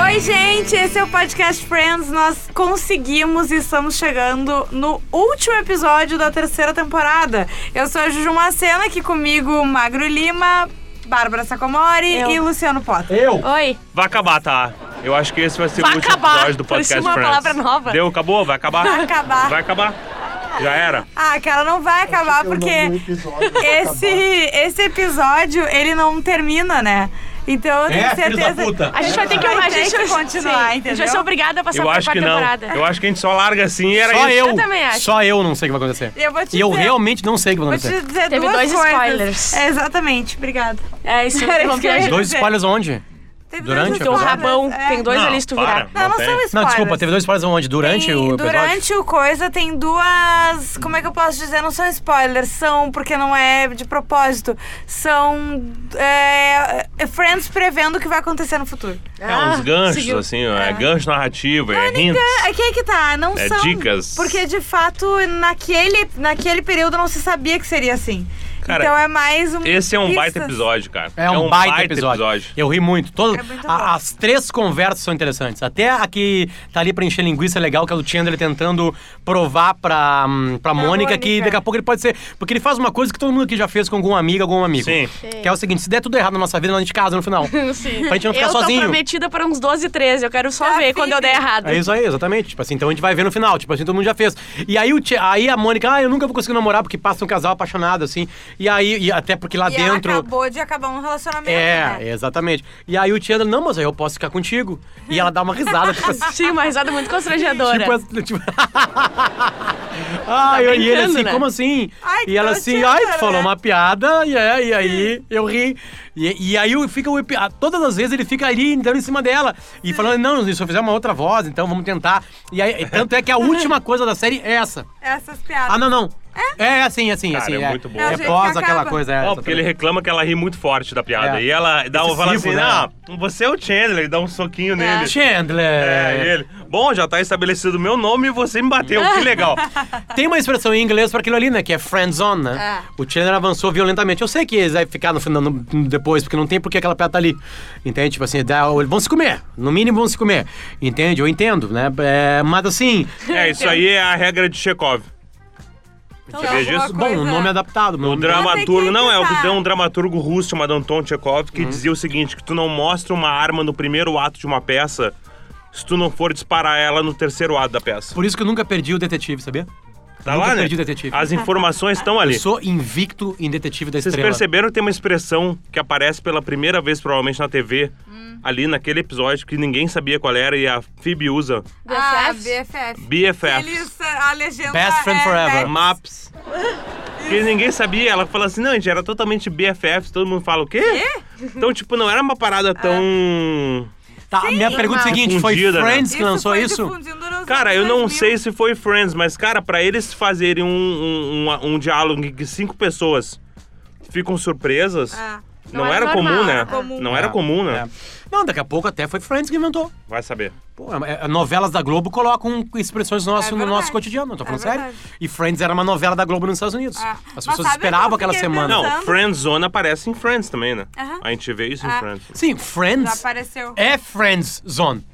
Oi, gente, esse é o podcast Friends. Nós conseguimos e estamos chegando no último episódio da terceira temporada. Eu sou a Juju Macena, aqui comigo Magro Lima, Bárbara Sacomori Eu. e Luciano Potter. Eu? Oi. Vai acabar, tá? Eu acho que esse vai ser Vai o último acabar. episódio do Parecia podcast uma Friends. palavra nova. Deu, acabou? Vai acabar? Vai acabar. Vai acabar. Já era. Ah, cara, não vai acabar Eu não vi o porque episódio, vai esse, acabar. esse episódio, ele não termina, né? Então eu tenho É, filho da certeza... puta. A gente vai ter que, Vai a ter gente que continuar, sim, A gente vai ser entendeu? obrigada a passar Eu por acho quarta que não. temporada. Eu acho que a gente só larga assim e era Só isso. eu. Eu também acho. Só eu não sei o que vai acontecer. Eu vou te E eu dizer- realmente não sei o que vai Vou te acontecer. dizer Teve duas dois coisas. spoilers. É, exatamente, obrigada. É isso. Era isso que eu ia eu dizer. Dois spoilers onde? Teve Durante do o spoilers, rabão. é. Tem dois Não, ali se tu para. virar. Não, não Não tem. são spoilers. Não, desculpa, teve dois spoilers onde? Durante Tem- o episódio? Durante o coisa tem duas. Como é que eu posso dizer? Não são spoilers, são porque não é de propósito. São. é, friends prevendo o que vai acontecer no futuro. É uns ganchos, Ah, seguiu. Ah. assim, ó. É gancho narrativo, é hints. É, Aqui é que tá, não É, são. dicas. Porque de fato, naquele, naquele período não se sabia que seria assim. Cara, então é mais um. Esse é um baita pistas. episódio, cara. É um, baita, episódio. Eu ri muito. Todo, É muito a- bom. as três conversas são interessantes. Até a que tá ali pra encher linguiça legal, que é o Chandler tentando provar pra, hum, pra Mônica que Mônica. daqui a pouco ele pode ser. Porque ele faz uma coisa que todo mundo aqui já fez com algum amigo, algum amigo. Sim. Que é o seguinte: se der tudo errado na nossa vida, nós a gente casa no final. Sim. Pra gente não ficar eu sozinho. tô prometida para uns 12 e 13. Eu quero só Tá, ver quando eu der filho. errado. É isso aí, exatamente. Tipo assim, então a gente vai ver no final, tipo assim, todo mundo já fez. E aí, o, Ti- aí a Mônica, ah, eu nunca vou conseguir namorar porque passa um casal apaixonado, assim. E aí, e até porque lá E ela dentro. acabou de acabar um relacionamento. né? É, exatamente. E aí o Chandler, não, mas eu posso ficar contigo. E ela dá uma risada, tipo assim. Sim, uma risada muito constrangedora. Tipo, assim, tipo... Ai, Tá eu- e ele brincando, assim, né? como assim? Ai, e ela que assim, doceira, ai, né? tu falou uma piada, e, é, e aí eu ri. E, e aí eu- fica o epi- ah, Todas as vezes ele fica ali dando em cima dela. E falando, não, se eu fizer uma outra voz, então vamos tentar. E aí, tanto é que a última coisa da série é essa. Essas piadas. Ah, não, não. É, é assim, assim, Cara, assim. é muito bom. É o É jeito que pós aquela acaba. coisa. É, Ó, porque ele exatamente. reclama que ela ri muito forte da piada. É. E ela dá um, fala assim, Excessivo, né? não, você é o Chandler, e dá um soquinho nele. Chandler! É, e ele. Bom, já tá estabelecido o meu nome e você me bateu, É. que legal. Tá. Tem uma expressão em inglês pra aquilo ali, né? Que é friend zone, Ah. né? O Chandler avançou violentamente. Eu sei que eles vão ficar no final no- depois, porque não tem por que aquela piada tá ali. Entende? Tipo assim, dá- vão se comer. No mínimo vão se comer. Entende? Eu entendo, né? É, mas assim. É, isso aí é a regra de Chekhov. Então, Sabia alguma disso? Bom, o coisa- nome é adaptado. O O nome... dramaturgo, quem não, é o que que tá. deu um dramaturgo russo chamado Anton Chekhov Uhum. que dizia o seguinte, que tu não mostra uma arma no primeiro ato de uma peça se tu não for disparar ela no terceiro ato da peça. Por isso que eu nunca perdi o detetive, sabia? Tá nunca lá, né? perdi o detetive. As informações estão ali. Eu sou invicto em detetive da Vocês estrela. Tá, perceberam que tem uma expressão que aparece pela primeira vez, provavelmente, na TV, Hum. ali naquele episódio que ninguém sabia qual era e a Phoebe usa. Ah, BFF. BFFs? BFF. Eles, a legenda Best friend é forever. Maps. Que ninguém sabia. Ela fala assim, não, a gente era totalmente BFF. Todo mundo fala, o quê? Então, tipo, não era uma parada tão... Tá, minha pergunta é a seguinte: foi Difundida, né? Friends que lançou foi é isso? difundido nos Cara, eu anos não 2000. sei se foi Friends, mas, cara, pra eles fazerem um, um, um, um diálogo em que cinco pessoas ficam surpresas, Ah, não não, era era, comum, normal, né? era comum. Não era É, comum, né? é. Não, daqui a pouco até foi Friends que inventou. Vai saber. Pô, é- é- novelas da Globo colocam expressões no nosso, É no verdade. nosso cotidiano, eu tô falando É sério. verdade. E Friends era uma novela da Globo nos Estados Unidos. Ah, mas As pessoas sabe que eu esperavam aquela fiquei semana. pensando- Não, Usando. Friendzone aparece em Friends também, né? Aham. A gente vê isso em Ah. Friends. Sim, Já Friends apareceu. é Friends Zone.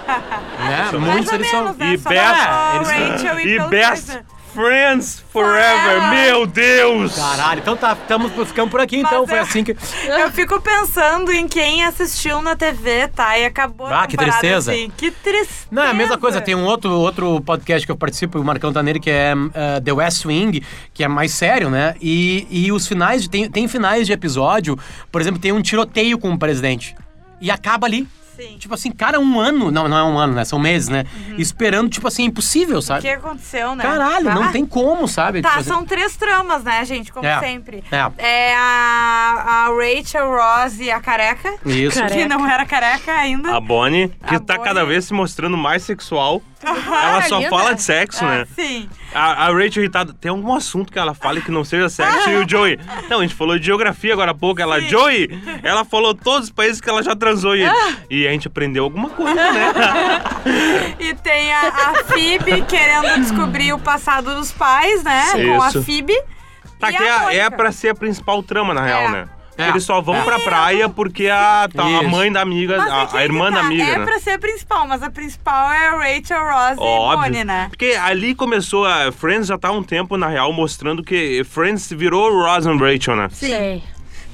né? Mais Muitos ou eles são. menos, né? E Só Beth- faltou eles- Rachel e, E Phil Best Jackson. Friends Forever, Forever. meu Deus! Caralho, então tá, tamo, ficamos por aqui, então. Mas Foi é- assim que. Eu fico pensando em quem assistiu na TV, tá? E acabou a Ah, que temporada, tristeza. assim. Que tristeza. Não, é a mesma coisa. Tem um outro, outro podcast que eu participo, o Marcão tá nele, que é eh, The West Wing, que é mais sério, né? E, e os finais, de, tem, tem finais de episódio, por exemplo, tem um tiroteio com o presidente. E acaba ali. Sim. Tipo assim, cara, um ano. Não, não é um ano, né? São meses, né? Esperando, tipo assim, impossível, O sabe? que aconteceu, Uhum. né? Caralho, Ah. não tem como, sabe? Tá, Tipo assim, são três tramas, né, gente? Como É. sempre. É. a, a Rachel, Ross e a careca. Isso. Cara, Que Careca. não era careca ainda. A Bonnie, que A tá Bonnie. cada vez se mostrando mais sexual. ela só linda. fala de sexo, Ah, né? É, Sim. A, a Rachel irritada, tem algum assunto que ela fale que não seja sexo? e o Joey, não, a gente falou de geografia agora há pouco. Ela, Joey, ela falou todos os países que ela já transou. Ah. E, e a gente aprendeu alguma coisa, né? E tem a, a Phoebe querendo descobrir o passado dos pais, né? Com a Isso. Phoebe. Tá, e que a é, é Mônica. pra ser a principal trama, na real, É. né? que É. eles só vão pra praia porque a, tá- a Isso. mãe da amiga, Mas a, é que a aí irmã que da tá, amiga, É né? pra ser a principal, mas a principal é a Rachel Ross e Bonnie, né? Porque ali começou a Friends já tá há um tempo na real mostrando que Friends virou Ross and Rachel, né? Sei.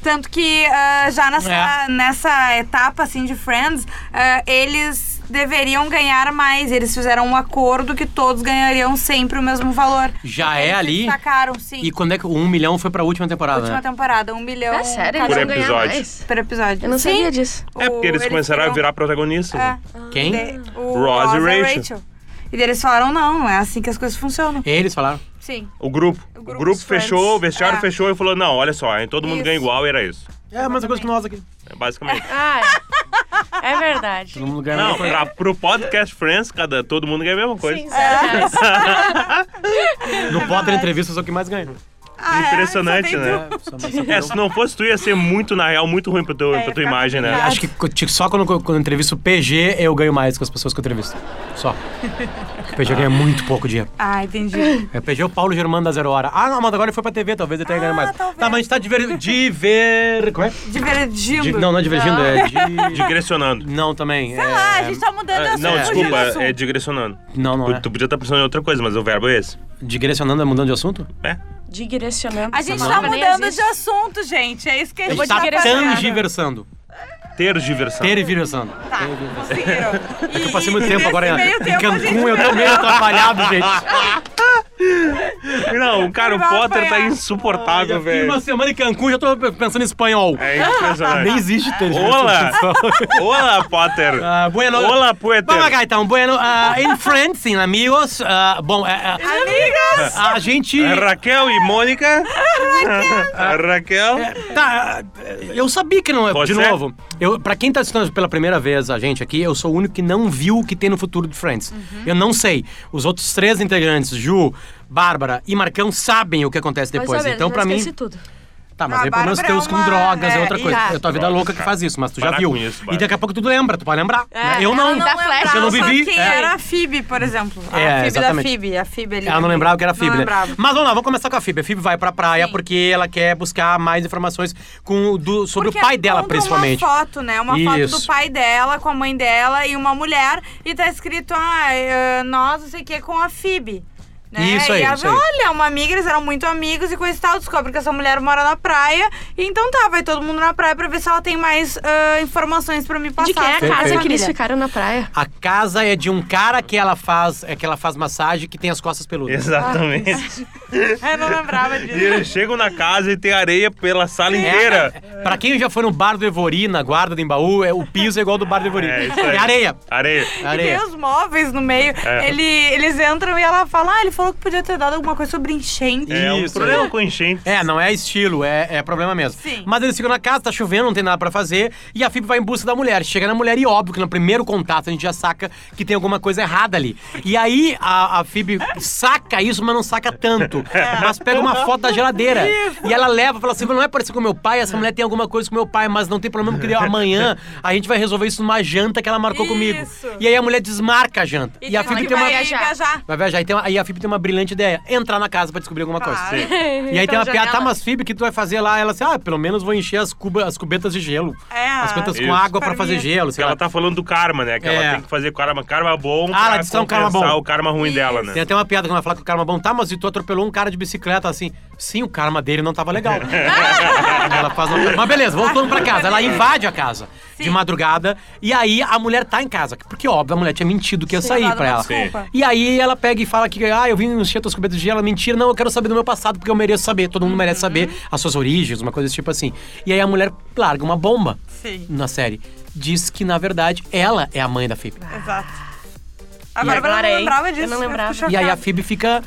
Tanto que ah, já nessa, É. nessa etapa assim de Friends, ah, eles deveriam ganhar mais. Eles fizeram um acordo que todos ganhariam sempre o mesmo valor. Já Eles é se ali. Destacaram, sim. E quando é que o 1 milhão foi pra última temporada, última né? temporada, um milhão É sério? cada Eles Por vão um ganhar episódio. mais? por episódio. Eu não Sim. sabia disso. É porque O- eles começaram a viram- virar protagonistas. É. né? Quem? De- o Ross e Rachel. E daí eles falaram, não, não é assim que as coisas funcionam. Eles falaram. Sim. O grupo. O O grupo grupo, dos Friends. fechou, o vestiário É. fechou e falou: não, olha só, hein, todo mundo Isso. ganha igual, era isso. É a mesma coisa que nós aqui. É basicamente. Ah, é. é verdade. Todo mundo ganha Não, uma coisa. pra, pro podcast Friends, cada, todo mundo ganha a mesma coisa. É, Sim, sério. No Potter entrevista, eu sou o que mais ganha. Ah, é? Impressionante, Só tem né? É, só- só- só- É, se não fosse tu, ia ser muito, na real, muito ruim pra, teu, É, pra tua ia ficar imagem, né? complicado. Acho que co- tipo, só quando, quando eu entrevisto o PG, eu ganho mais com as pessoas que eu entrevisto. Só. Porque O PG ganha muito pouco dinheiro. Ah, entendi. É, o PG é o Paulo Germano da Zero Hora. Ah, não, mas agora ele foi pra TV, talvez ele tenha Ah, ganho mais. talvez. Tá, mas a gente tá diver... diver... Como é? Divertindo. Di- Não, não é divergindo, é di... Digressionando. Não, também. Sei é- lá, a gente tá mudando de Ah, assunto. Não, É. fugindo desculpa, do assunto. é digressionando. Não, não é. Tu, tu podia estar pensando em outra coisa, mas o verbo é esse. Digressionando, é mudando de assunto? É? Digressionando. A gente Essa tá palavra nem mudando de existe. assunto, gente. É isso que a A gente gente tá tá fazendo. tangiversando. Ter diversão. Tergiversando. Tá, conseguiram. É Eu passei muito tempo agora em, meio em tempo, a gente Cancún, eu tô meio atrapalhado, gente. Não, cara, o Vai Potter tá apanhar. insuportável, Fiquei velho. uma semana em Cancún, já tô pensando em espanhol. É Ah, Nem impressionante. existe tergiversação. Olá! Olá, Potter! Ah, bueno. Olá, Potter! Vamos cá então, bueno, ah, em Friends, sim, amigos, ah, bom, ah, ah, tá Amigas! a gente... É Raquel e Mônica. É Raquel. Tá, eu sabia que não é. Você? De novo, eu, pra quem tá assistindo pela primeira vez a gente aqui, eu sou o único que não viu o que tem no futuro de Friends. Uhum. Eu não sei. Os outros três integrantes, Ju, Bárbara e Marcão, sabem o que acontece é, Mais ou depois. menos, então, eu pra mim. esqueci tudo. Tá, mas Ah, aí pelo menos Bárbara teus é com uma- drogas, é, é, outra coisa. exato. É tua vida Drogas, louca que cara. faz isso, mas tu já Parar viu. com isso, e Bárbara. daqui a pouco tu lembra, tu pode lembrar. né? eu É, Ela não. não dá flash. lembrava Porque eu não só vivi, Quem é. era a Phoebe, por exemplo. É, a Phoebe exatamente. da Phoebe. A Phoebe ali. Ela não lembrava que era a Não Phoebe, né? lembrava. Mas vamos lá, vamos começar com a Phoebe. A Phoebe vai pra praia Ah, Sim. porque ela quer buscar mais informações com, o do, sobre Porque o pai ela dela, encontra principalmente. Uma foto, né? Uma foto do Isso. pai dela com a mãe dela e uma mulher. E tá escrito, ah, eh, nós, não sei o que, com a Phoebe. Né? Isso aí, e ela isso vê, aí. olha, uma amiga, eles eram muito amigos e coisa e tal. Descobre que essa mulher mora na praia. E então tá, vai todo mundo na praia pra ver se ela tem mais ah, informações pra me passar. De quem é a sobre casa Perfeito. que eles família. ficaram na praia? A casa é de um cara que ela faz, é que ela faz massagem que tem as costas peludas. Exatamente. Ah, É, Eu não lembrava E disso. eles chegam na casa e tem areia pela É. sala inteira. É, Pra quem já foi no bar do Evori, na guarda de Embaú, é, o piso é igual ao do bar do Evori. É, isso aí. areia. Areia. É E tem areia. os móveis no meio. É. Ele, eles entram e ela fala: Ah, ele falou que podia ter dado alguma coisa sobre enchente. É um Isso. problema com enchente. É, não é estilo, é, é problema mesmo. Sim. Mas eles ficam na casa, tá chovendo, não tem nada pra fazer, e a Phoebe vai em busca da mulher. Chega na mulher e óbvio que no primeiro contato a gente já saca que tem alguma coisa errada ali. E aí a, a Phoebe saca isso, mas não saca tanto. Mas pega uma foto da geladeira e ela leva, fala assim, não é parecido com meu pai, essa mulher tem alguma coisa com meu pai, mas não tem problema porque amanhã a gente vai resolver isso numa janta que ela marcou comigo. Isso. E aí a mulher desmarca a janta. E, a diz Phoebe um que tem uma... vai viajar. viajar. Vai viajar. E tem uma- aí a Phoebe tem uma brilhante ideia. Entrar na casa pra descobrir alguma Claro. coisa. Sim. E aí tem Pela uma piada, tá, janela. mas Phoebe, que tu vai fazer lá? Ela assim, ah, pelo menos vou encher as, cuba, as cubetas de gelo. É, as cubetas com isso. água pra Para fazer mim. gelo, Porque sei ela lá. tá falando do karma, né? Que É. ela tem que fazer karma, karma bom Ah, ela pra disse que é um karma bom. compensar o karma ruim dela, né? Tem até uma piada que ela fala que o karma bom tá, mas e tu atropelou um cara de bicicleta, assim. Sim, o karma dele não tava legal. ela faz uma... Mas beleza, voltando pra casa. Ela invade a casa de madrugada e aí a mulher tá em casa. Porque, óbvio, a mulher tinha mentido que ia sair dado pra uma ela. desculpa. E aí ela pega e fala que, ah, eu vim encher tuas cobertas de gelo. Ela, Mentira, não, eu quero saber do meu passado, porque eu mereço saber. Todo mundo merece saber as suas origens, uma coisa desse tipo assim. E aí a mulher larga uma bomba Sim. na série. Diz que, na verdade, ela é a mãe da Phoebe. Exato. Agora, agora, eu não hein? lembrava Eu disso. não lembrava. fico E aí a chocada. Phoebe fica...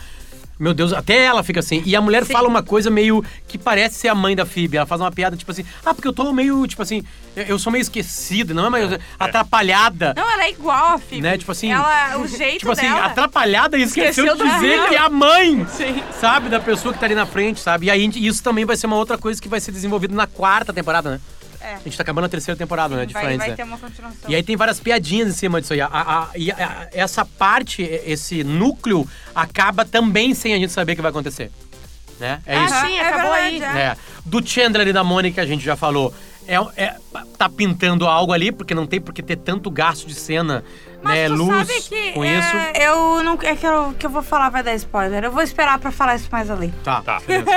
Meu Deus, até ela fica assim. E a mulher fala uma coisa meio que parece ser a mãe da Phoebe. Ela faz uma piada, tipo assim... Ah, porque eu tô meio, tipo assim... eu- Eu sou meio esquecida, não é? Mas atrapalhada. Não, ela é igual a Phoebe. Né, tipo assim, Ela, o jeito Tipo assim, dela. atrapalhada e esqueceu, Esqueceu de do- dizer Ah. que é a mãe, Sim. sabe? Da pessoa que tá ali na frente, sabe? E aí isso também vai ser uma outra coisa que vai ser desenvolvida na quarta temporada, né? É. A gente tá acabando a terceira temporada, né? De Vai, Friends, vai né? ter uma continuação. E aí tem várias piadinhas em cima disso aí. A- a- e a- essa parte, esse núcleo, acaba também sem a gente saber o que vai acontecer. né? É Ah, isso. sim, É acabou aí. verdade, É. Do Chandler e da Mônica, a gente já falou. É, é- tá pintando algo ali, porque não tem por que ter tanto gasto de cena, Mas né? tu Luz sabe que com é, isso. eu não é que eu, que eu vou falar vai dar spoiler. Eu vou esperar pra falar isso mais além. Tá. Tá. beleza.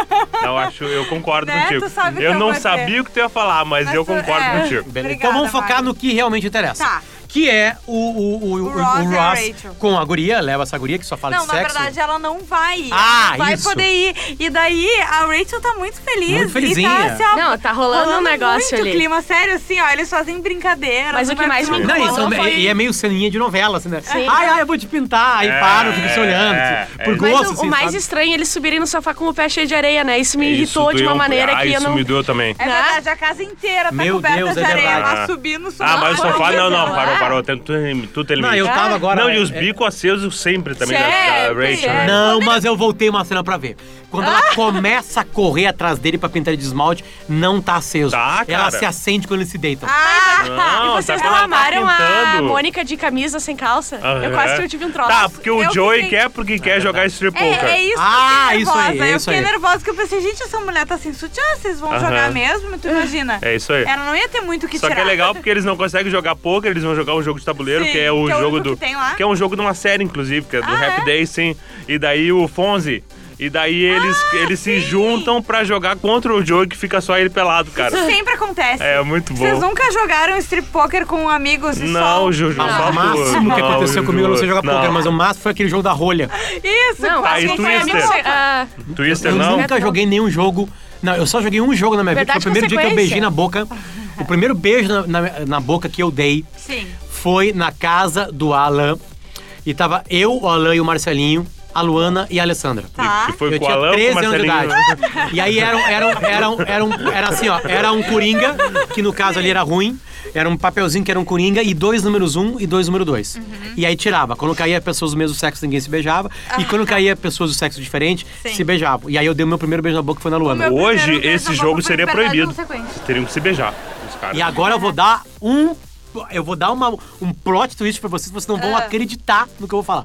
Eu acho, eu concordo Né? contigo. Tu sabe eu que eu não vou ter. sabia o que tu ia falar, mas, Mas eu tu- concordo é. contigo. Obrigada, Beleza. então vamos focar Mari. no que realmente interessa. Tá. Que é o, o, o, o, O Ross o e a Rachel. Ross com a guria, leva essa guria que só fala não, de sexo. na verdade ela não vai. Ela Ah, não vai isso. poder ir. E daí a Rachel tá muito feliz. Muito felizinha. E tá, assim, ó, Não, tá rolando um negócio muito ali. clima sério, assim, ó. Eles fazem brincadeira. é Mas o que mais me Não, Não, e, são- não foi- e é meio ceninha de novela, assim, né? Sim. Ai, ai, eu vou te pintar. Aí É, param, ficam se olhando. é, assim, é por isso. gosto, Mas o, o assim, mais sabe? estranho é eles subirem no sofá com o pé cheio de areia, né? Isso me É Isso irritou de uma doeu- maneira ah, que eu isso não. me doeu também. É Né? verdade, a casa inteira tá Meu coberta Deus, de é areia. verdade. Ela subindo, subindo. Ah, mas o sofá não, não, não, parou, ah. parou. Tem- Tu, tu termina. Não, eu tava agora. Não, e os é- bicos acesos sempre também da- da, Sempre, Rachel, é. né? Não, mas eu voltei uma cena pra ver. Quando Ah! ela começa a correr atrás dele pra pintar ele de esmalte, não tá aceso. Tá, ela cara. se acende quando eles se deitam. Ah, Não, e vocês tá não quando ela tá amaram a pintando. Mônica de camisa sem calça? Eu Aham. quase que eu tive um troço. Tá, porque o Eu Joey fiquei- quer porque quer jogar strip poker. É, é isso Ah, que eu fiquei isso aí, nervosa. é eu isso fiquei aí. nervosa que eu pensei, gente, essa mulher tá sem sutiã, vocês vão Aham. jogar mesmo? Tu imagina? É isso aí. Ela não ia ter muito o que Só tirar. que é legal porque eles não conseguem jogar poker, eles vão jogar um jogo de tabuleiro, Sim, que é o que é o jogo único do. que tem lá. é um jogo de uma série, inclusive, que é do Ah, Happy é? Day, sim. E daí o Fonzie. E daí eles, eles se Ah, sim. juntam pra jogar contra o Joey, que fica só ele pelado, Isso cara. sempre acontece. É muito bom. Vocês nunca jogaram strip poker com amigos e Não, só... Juju, Ah, só o máximo que Não, aconteceu Juju, comigo, eu não sei jogar não. poker, mas o máximo foi aquele jogo da rolha. Isso, Não, quase Aí que tu foi ia amigo. ser- Ah, Twister Eu não? nunca joguei nenhum jogo. Não, eu só joguei um jogo na minha vida, que Verdade, foi o primeiro dia que eu consequência. beijei na boca. O primeiro beijo na, na- na boca que eu dei Sim. foi na casa do Alan. E tava eu, o Alan e o Marcelinho, a Luana e a Alessandra. Tá. Que foi eu com o tinha Alan, com o 13 anos de Marcelinho. idade. né? E aí era, um- era, um- era, um- era, um- era assim, ó, era um Coringa, que no caso ali era ruim. Era um papelzinho que era um Coringa e dois números um e dois número dois. Uhum. E aí tirava. Quando caía pessoas do mesmo sexo, ninguém se beijava. E quando caía pessoas do sexo diferente, Sim. se beijavam. E aí eu dei o meu primeiro beijo na boca que foi na Luana. meu- Hoje primeiro esse beijo jogo foi seria liberdade proibido. consequente. Teriam que se beijar, os caras. E agora eu vou dar um. Eu vou dar uma, um plot twist pra vocês, vocês não vão Ah. acreditar no que eu vou falar.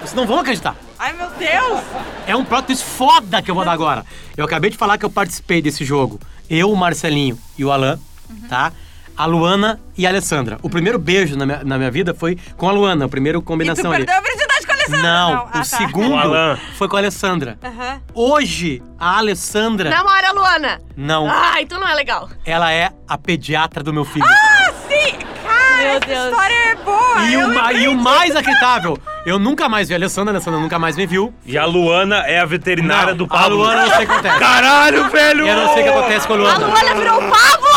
Vocês não vão acreditar. Ai, meu Deus! É um plot twist foda que eu vou dar agora. Eu acabei de falar que eu participei desse jogo. Eu, o Marcelinho e o Alan, Uhum. tá? A Luana e a Alessandra. O primeiro beijo na minha, na minha vida foi com a Luana, o primeiro E tu combinação ali. perdeu a virgindade com a Alessandra. Não, Ah, o tá. segundo Com o Alan. foi com a Alessandra. Aham. Hoje, a Alessandra, namora, Luana! não, Ah, então não é legal. ela é a pediatra do meu filho. Ah, sim! Cara, Meu essa Deus. história é boa! E eu o, ma- lembrei e o disso. mais acreditável, eu nunca mais vi a Alessandra, a Alessandra nunca mais me viu. E a Luana é a veterinária Não, do a Pablo. Luana eu não sei o que acontece. Caralho, velho! Eu não sei o que acontece com a A Luana. um Luana virou o pavo!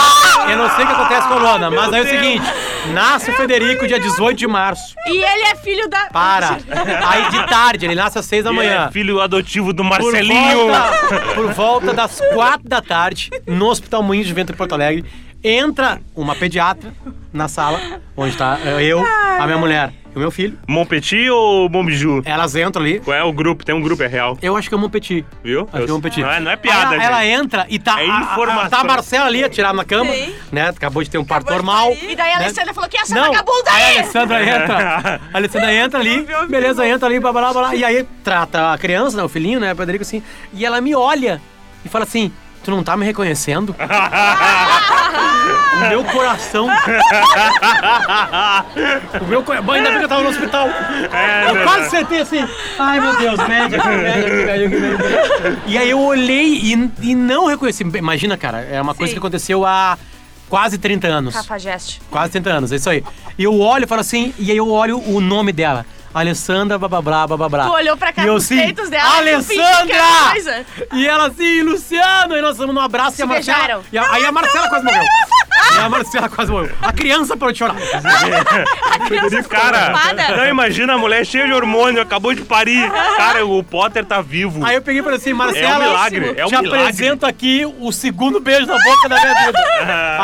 Eu não sei o que acontece com a Luana, mas aí é o Deus. seguinte: nasce o Federico dia 18 de março. E ele é filho da. Para! Aí de tarde, ele nasce às 6 da E manhã. é filho adotivo do Por Marcelinho. volta, por volta das 4 da tarde, no Hospital Moinhos de Vento em Porto Alegre, entra uma pediatra na sala, onde tá eu, a minha mulher e o meu filho. Montpetit ou Montbiju? Elas entram ali. Qual é o grupo? Tem um grupo, é real. Eu acho que é o Montpetit. Viu? Acho que é o Montpetit. Não é, não é piada, Aí gente. ela, ela entra e tá. É a- a- informação. tá a Marcela ali atirada na cama, Sim. né? Acabou de ter um parto Acabou de normal. parir. E daí a né? Alessandra falou que essa Não, vagabunda aí! aí a Alessandra entra. A Alessandra entra ali, beleza, entra ali, blá, blá, blá, blá, e aí trata a criança, né, o filhinho, né, o Federico assim, e ela me olha e fala assim, tu não tá me reconhecendo? o meu coração... o meu coração... Ainda bem que eu tava no hospital. É, eu quase sentei assim, ai meu Deus, médico, médico, médico, médico. E aí eu olhei e, e não reconheci. Imagina, cara, é uma coisa Sim. que aconteceu há quase 30 anos. Cafajeste. Quase 30 anos, é isso aí. E eu olho e falo assim, e aí eu olho o nome dela. Alessandra, bababrá, bababrá. Tu olhou pra cá e eu pros assim, peitos dela, tu fingiu que era uma Alessandra! coisa. E ela assim, Luciano! E nós damos um abraço e a Marcela. beijaram. E a, aí a Marcela quase morreu. E a Marcela quase morreu. A criança parou de chorar. Cara, preocupada. não imagina a mulher cheia de hormônio, acabou de parir. Cara, o Potter tá vivo. Aí eu peguei e falei assim, Marcela, milagre, é um te milagre. apresento aqui o segundo beijo na boca da minha vida.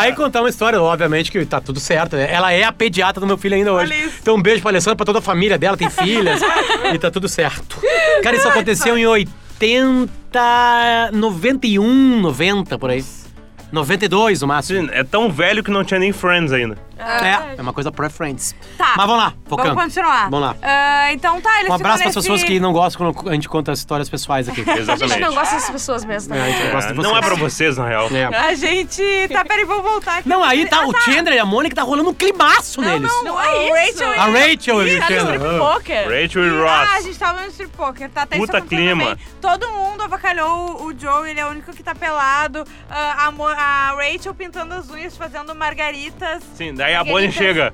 Aí contar uma história, obviamente que tá tudo certo, né? Ela é a pediatra do meu filho ainda hoje. Olha isso. Então um beijo pra Alessandra, pra toda a família dela, tem filhas e tá tudo certo. Cara, isso aconteceu em 80, 91, 90, um, por aí. 92 o máximo. É tão velho que não tinha nem Friends ainda. É, é uma coisa pré-Friends. Ah. Tá. Mas vamos lá, focando. Vamos continuar. Vamos lá. Ah, então tá, eles Um abraço ficam para as pessoas nesse- que não gostam quando a gente conta as histórias pessoais aqui. A gente não Exatamente. gosta dessas pessoas mesmo. É, a né? gente gosta de É, não é vocês. pra vocês, na real. É. A gente. Tá, peraí, vou voltar aqui. Não, aí tá Ah, o Chandler e a Mônica tá rolando um climaço neles. Não, é isso. A Rachel e o Tá no Chandler. strip poker. Rachel e Ah, a Ross. gente tava no strip poker, tá? Tá isso Puta aconteceu clima. também. Todo mundo avacalhou o- o Joe, ele é o único que tá pelado. Ah, a, Mo- a Rachel pintando as unhas, fazendo margaritas. Sim, daí a Bonnie Margaritas. chega.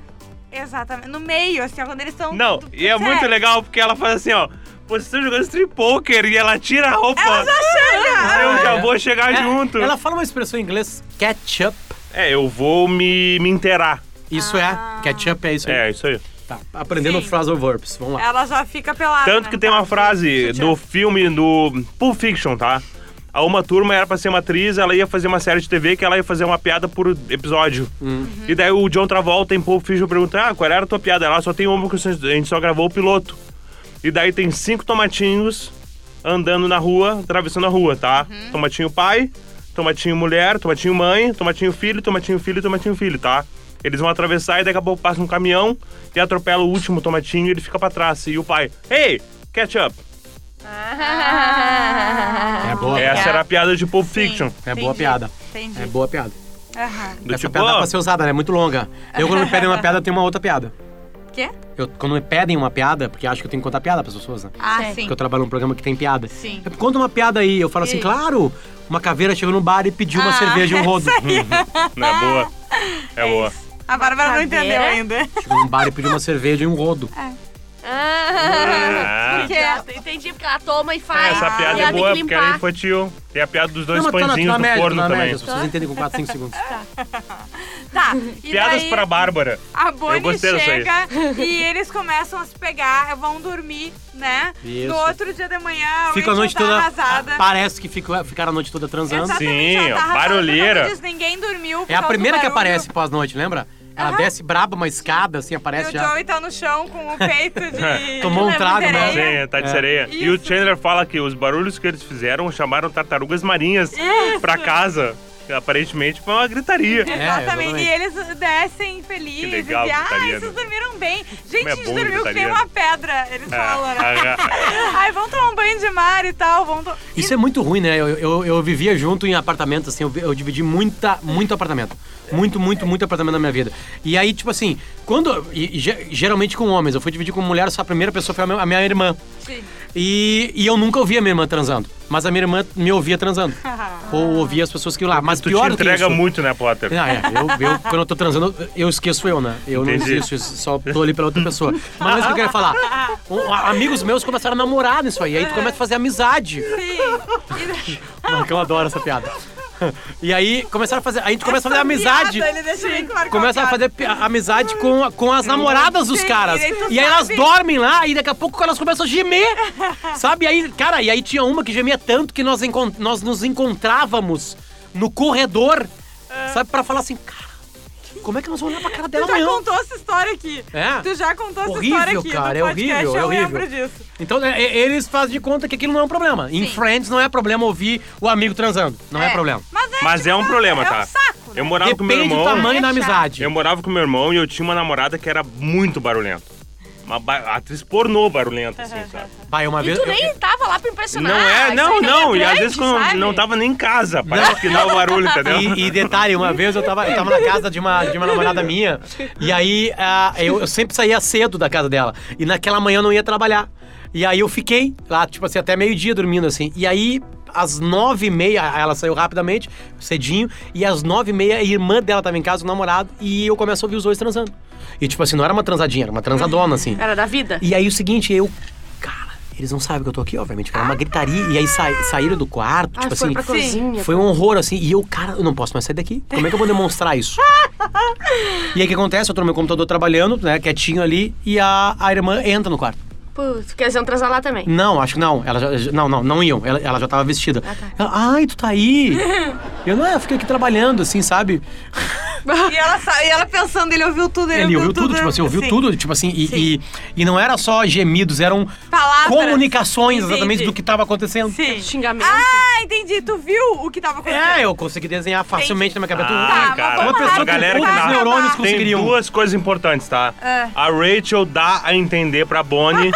Exatamente. No meio, assim, ó, quando eles estão. Não, e é muito legal porque ela faz assim, ó. Vocês estão jogando strip poker e ela tira a roupa. Ela já chega! Eu já vou chegar É, junto. Ela fala uma expressão em inglês, ketchup. É, eu vou me, me inteirar. Isso é, ketchup é isso aí. É, isso aí. Tá, aprendendo Ah. Sim. phrasal verbs, vamos lá. Ela já fica pelada. Tanto né? que tem uma frase Sutiã. do filme do Pulp Fiction, tá? A uma turma era pra ser uma atriz, ela ia fazer uma série de TV que ela ia fazer uma piada por episódio. E daí o John Travolta em Pulp Fiction pergunta: Ah, qual era a tua piada? Ela só tem uma porque a gente só gravou o piloto. E daí tem cinco tomatinhos andando na rua, atravessando a rua, tá? Tomatinho pai, tomatinho mulher, tomatinho mãe, tomatinho filho, tomatinho filho, tomatinho filho, tá? Eles vão atravessar e daqui a pouco passa um caminhão e atropela o último tomatinho e ele fica pra trás. E o pai, ei, catch up. É boa, Essa era a piada de Pulp Fiction. é boa piada. Ah. Entendi. É boa piada. Aham. Do Essa tipo, piada dá ó, pra ser usada, ela é muito longa. Eu, quando me pedem uma piada, eu tenho uma outra piada. Quê? Eu, quando me pedem uma piada, porque acho que eu tenho que contar piada pras pessoas, né? Ah, Sim. sim. Porque eu trabalho num programa que tem piada. Sim. Eu conto uma piada aí, eu falo assim, Isso. claro, uma caveira chegou no bar e pediu uma Ah, cerveja e um rodo. não é boa. É boa. A Bárbara não Cadeira. entendeu ainda. chegou num bar e pediu uma cerveja e um rodo. Ah, Porque Exato, entendi, porque ela toma e faz. essa e piada ela é tem boa Ah, que porque ela é limpar. infantil. Tem a piada dos dois Não, mas tá na- pãezinhos tá na do média, tá forno na média, também. As pessoas entendem com 4, 5 segundos. tá. E Piadas daí, pra Bárbara. A Bonnie gostei dessa aí. chega e eles começam a se pegar, vão dormir, né? Isso. No outro dia de manhã, Fica a Rachel noite tá toda. arrasada. Parece que fica, ficaram a noite toda transando. Exatamente, Sim, ela tá ó, arrasada, barulheira. como diz, ninguém dormiu. por É a causa primeira do que barulho. aparece pós-noite, lembra? Ela desce braba uma escada, assim, E o aparece já. Joey tá no chão com o peito de. Tomou um de trago, né? sereia. Sim, tá de É. sereia. E o Isso. Chandler fala que os barulhos que eles fizeram chamaram tartarugas marinhas pra casa. Aparentemente foi uma gritaria. É, Exatamente. exatamente. E eles descem felizes. Que legal, e, ai, vegetariano. vocês dormiram bem. Gente, é a gente bom É, dormiu que nem vegetariano. uma pedra, eles falam, né? Ah, Ai, vão tomar um banho de mar e tal, vão... to- Isso é muito ruim, né? Eu, eu, eu vivia junto em apartamento, assim, eu, vi- eu dividi muita, muito apartamento. Muito, muito, muito apartamento na minha vida. E aí, tipo assim, quando. e- e ge- geralmente com homens, eu fui dividir com mulher, só a primeira pessoa foi a minha, a minha irmã. Sim. E, e eu nunca ouvia minha irmã transando. Mas a minha irmã me ouvia transando. Ou ouvia as pessoas que iam lá. Mas tu pior te do que entrega isso- muito, né, Potter? Não, é. Eu, eu, quando eu tô transando, eu esqueço eu, né? Eu não Entendi. existo, eu só tô ali pela outra pessoa. Mas é isso que eu quero falar. Um- a- amigos meus começaram a namorar nisso aí. Aí tu começa a fazer amizade. Sim. O Marcão adora essa piada. E aí começaram a fazer. Aí tu começa a fazer amizade. Piada, ele deixa bem claro qual Começa a piada. fazer pi- amizade com, com as namoradas dos Sim, caras. e aí tu E aí elas sabe. dormem lá e daqui a pouco elas começam a gemer. Sabe? E aí, cara, e aí tinha uma que gemia tanto que nós, encon- nós nos encontrávamos no corredor, sabe? Pra falar assim, cara, como é que nós vamos olhar pra cara dela Tu tá já amanhã? contou essa história aqui. É? Tu já contou essa Horrível, história aqui cara, no é podcast, horrível, é eu lembro horrível. disso. Então, é, é, eles fazem de conta que aquilo não é um problema. Em Friends não é problema ouvir o amigo transando. Não é, problema. Mas é, Mas tipo, é um problema, É tá? um saco, né? Eu morava com meu Depende do irmão. tamanho da amizade. Eu morava com meu irmão e eu tinha uma namorada que era muito barulhenta. Uma ba- atriz pornô barulhenta, assim, sabe? Vai, uma E vez. tu eu- nem tava lá pra impressionar. Não é, Ah, isso não, aí nem é não. E às grande, vezes quando sabe? não tá- tava nem em casa, parece que dá o barulho, entendeu? E, e detalhe, uma vez eu tava, eu tava na casa de uma, de uma namorada minha, e aí ah, eu, eu sempre saía cedo da casa dela. E naquela manhã eu não ia trabalhar. E aí eu fiquei lá, tipo assim, até meio-dia dormindo, assim. E aí, às nove e meia, ela saiu rapidamente, cedinho, e às nove e meia a irmã dela tava em casa, o namorado, e eu começo a ouvir os dois transando. E tipo assim, não era uma transadinha, era uma transadona, assim. Era da vida? E aí o seguinte, eu. Cara, eles não sabem que eu tô aqui, obviamente. Era uma gritaria. E aí sai- saíram do quarto, Ah, tipo foram assim. pra cozinha. Foi um horror, assim. E eu, cara, eu não posso mais sair daqui. Como é que eu vou demonstrar isso? e aí o que acontece? Eu tô no meu computador trabalhando, né, quietinho ali, e a, a irmã entra no quarto. Putz, quer dizer, um transar lá também. Não, acho que não. Ela já- já, não, não, não iam. Ela, ela já tava vestida. Ela, Ai, tu tá aí? eu não, eu fiquei aqui trabalhando, assim, sabe? E ela, sa- e ela pensando, ele ouviu tudo, ele, Ele ouviu tudo, tipo assim, ouviu Sim. tudo, tipo assim, e, Sim. e, e não era só gemidos, eram Palavras. comunicações exatamente Entendi. do que tava acontecendo. Sim. Xingamento. Ah, entendi. Tu viu o que tava acontecendo? É, eu consegui desenhar facilmente na minha cabeça. Tá, mas cara, vamos uma pessoa lá, que galera tem que poucos dá. neurônios Tem conseguiriam. tá, duas coisas importantes, tá? É. A Rachel dá a entender pra Bonnie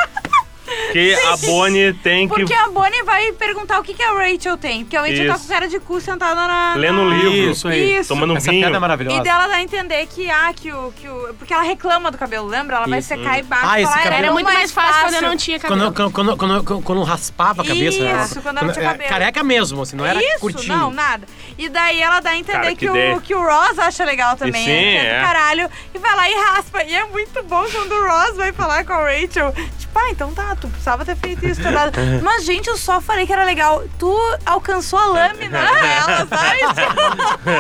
que a Bonnie tem que... Porque a Bonnie vai perguntar o que, que a Rachel tem. Porque a Rachel tá Isso. com cara de cu sentada na. Lendo na- um livro. Isso aí. Isso. Tomando um Essa vinho. piada é E maravilhosa. dela dá a entender que, ah, que o, que o. Porque ela reclama do cabelo, lembra? Ela vai Isso. secar e "É, bate. Ah, esse fala, cabelo- Era muito mais fácil quando eu não tinha Quando, cabelo. quando, quando, quando, quando- quando raspava a cabeça. Isso, era- quando ela tinha era cabelo. Careca mesmo, assim, não era Isso, curtinho. não, nada. E daí ela dá a entender Cara, que, que o, ideia. que o Ross acha legal também. E sim, ele quer do é. caralho. E vai lá e raspa. E é muito bom quando o Ross vai falar com a Rachel. Tipo, ah, então tá, tu precisava ter feito isso. tá dado. Mas, gente, eu só falei que era legal. Tu alcançou a lâmina É. dela, sabe? Tipo,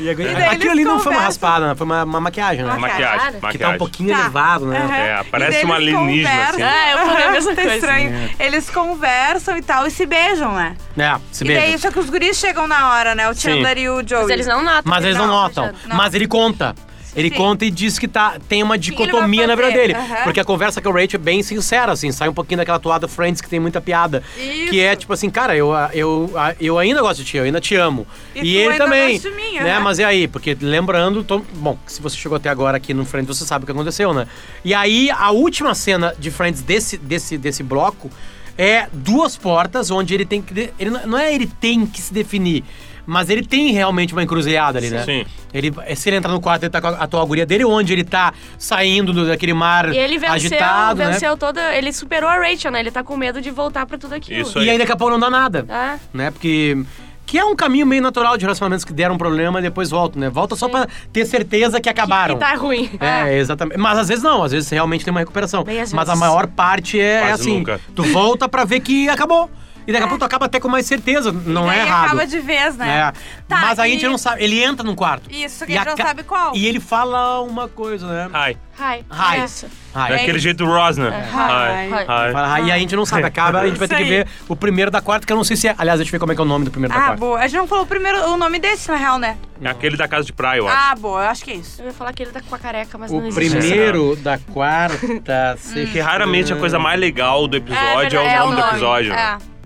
E agora- E daí Aquilo eles ali não foi uma conversam. raspada, foi uma, uma maquiagem, né? Uma Maquiagem, Cara, Que tá um maquiagem. pouquinho Tá. elevado, né? É, E parece daí uma eles alienígena, conversam. assim. é. É, eu falei a mesma Tá coisa. estranho. Eles conversam e tal, e se beijam, né? É, se E daí, beija. só que os guris chegam na hora, né? O Chandler e o Joey. Mas eles não notam. Mas eles não Não, notam. não. Mas ele conta. Ele Sim. conta e diz que tá, tem uma que ele vai dicotomia na vida fazer? dele. Aham. Porque a conversa com o Rachel é bem sincera, assim, sai um pouquinho daquela toada Friends que tem muita piada. Isso. Que é tipo assim, cara, eu, eu, eu ainda gosto de ti, eu ainda te amo. E E, tu ele ainda também. gosta de mim, né? aham. Mas e aí? Porque lembrando, tô- bom, se você chegou até agora aqui no Friends, você sabe o que aconteceu, né? E aí, a última cena de Friends desse, desse, desse bloco é duas portas onde ele tem que. de- Ele, não não é ele tem que se definir. Mas ele tem realmente uma encruzilhada ali, né? Sim. Ele, se ele entrar no quarto, ele tá com a atual guria dele, onde ele tá saindo do- daquele mar E ele venceu, agitado, né? venceu toda. Ele superou a Rachel, né? Ele tá com medo de voltar pra tudo aquilo. Isso né? E aí daqui a pouco não dá nada. Ah, Né? Porque. Que é um caminho meio natural de relacionamentos que deram um problema e depois voltam, né? Volta só pra ter certeza que acabaram. e tá ruim. É, exatamente. Mas às vezes não, às vezes realmente tem uma recuperação. Bem, às Mas a vezes. maior parte é, Quase assim: nunca. tu volta pra ver que acabou. E daqui a pouco tu acaba até com mais certeza. Não É. daí é errado. acaba de vez, né? É. Tá, Mas aí e- a gente não sabe. Ele entra num quarto. Isso, que E a gente não ca- sabe qual. É. E ele fala uma coisa, né? Ai, Hi. Hi. Isso. Ai. daquele jeito Rosner. Ai, Ai. ai. Fala, "Ah", E a gente não É. sabe, acaba, a gente vai ter Isso que aí. ver o primeiro da quarta, que eu não sei se é. Aliás, deixa eu ver como é que é o nome do primeiro da Ah, quarta. boa. A gente não falou primeiro o nome desse, na real, né? É aquele da casa de praia, eu acho. Ah, boa. Eu acho que é isso. Eu ia falar que ele tá com a careca, mas não O existe. primeiro da quarta, Hum. sexta. Porque raramente a Hum. coisa mais legal do episódio é, verdade, o nome do episódio. né? É.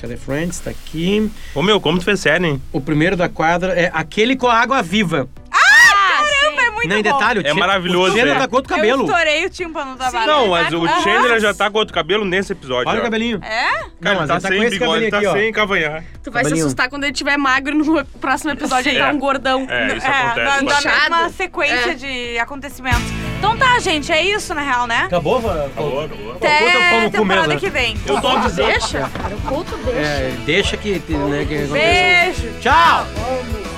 Cadê Friends? Tá aqui. Ô meu, como tu fez sério, hein? O primeiro da quadra é aquele com a água viva. Ah, Caramba, sim. é muito Não, bom. em detalhe, o É Chan- maravilhoso, O Chandler é. tá com outro Eu cabelo. estourei o tímpano da vara. Não, mas o Aham. Chandler já tá com outro cabelo nesse episódio. Olha o já. cabelinho. É? Cara, Não, mas tá ele tá com sem esse bigode, cabelinho tá aqui, ó. sem Tu vai cavanhar. se Cabelinho. assustar quando ele tiver magro no próximo episódio, ele É. tá um gordão. É, isso é, acontece. da, da bastante. mesma sequência É. de acontecimentos. Então tá, gente, é isso, na real, né? Acabou? Acabou, acabou. Até temporada que vem. Eu tô avisando. Deixa, cara, o culto deixa. É, deixa que. né, que aconteceu. Beijo. Tchau! Amo.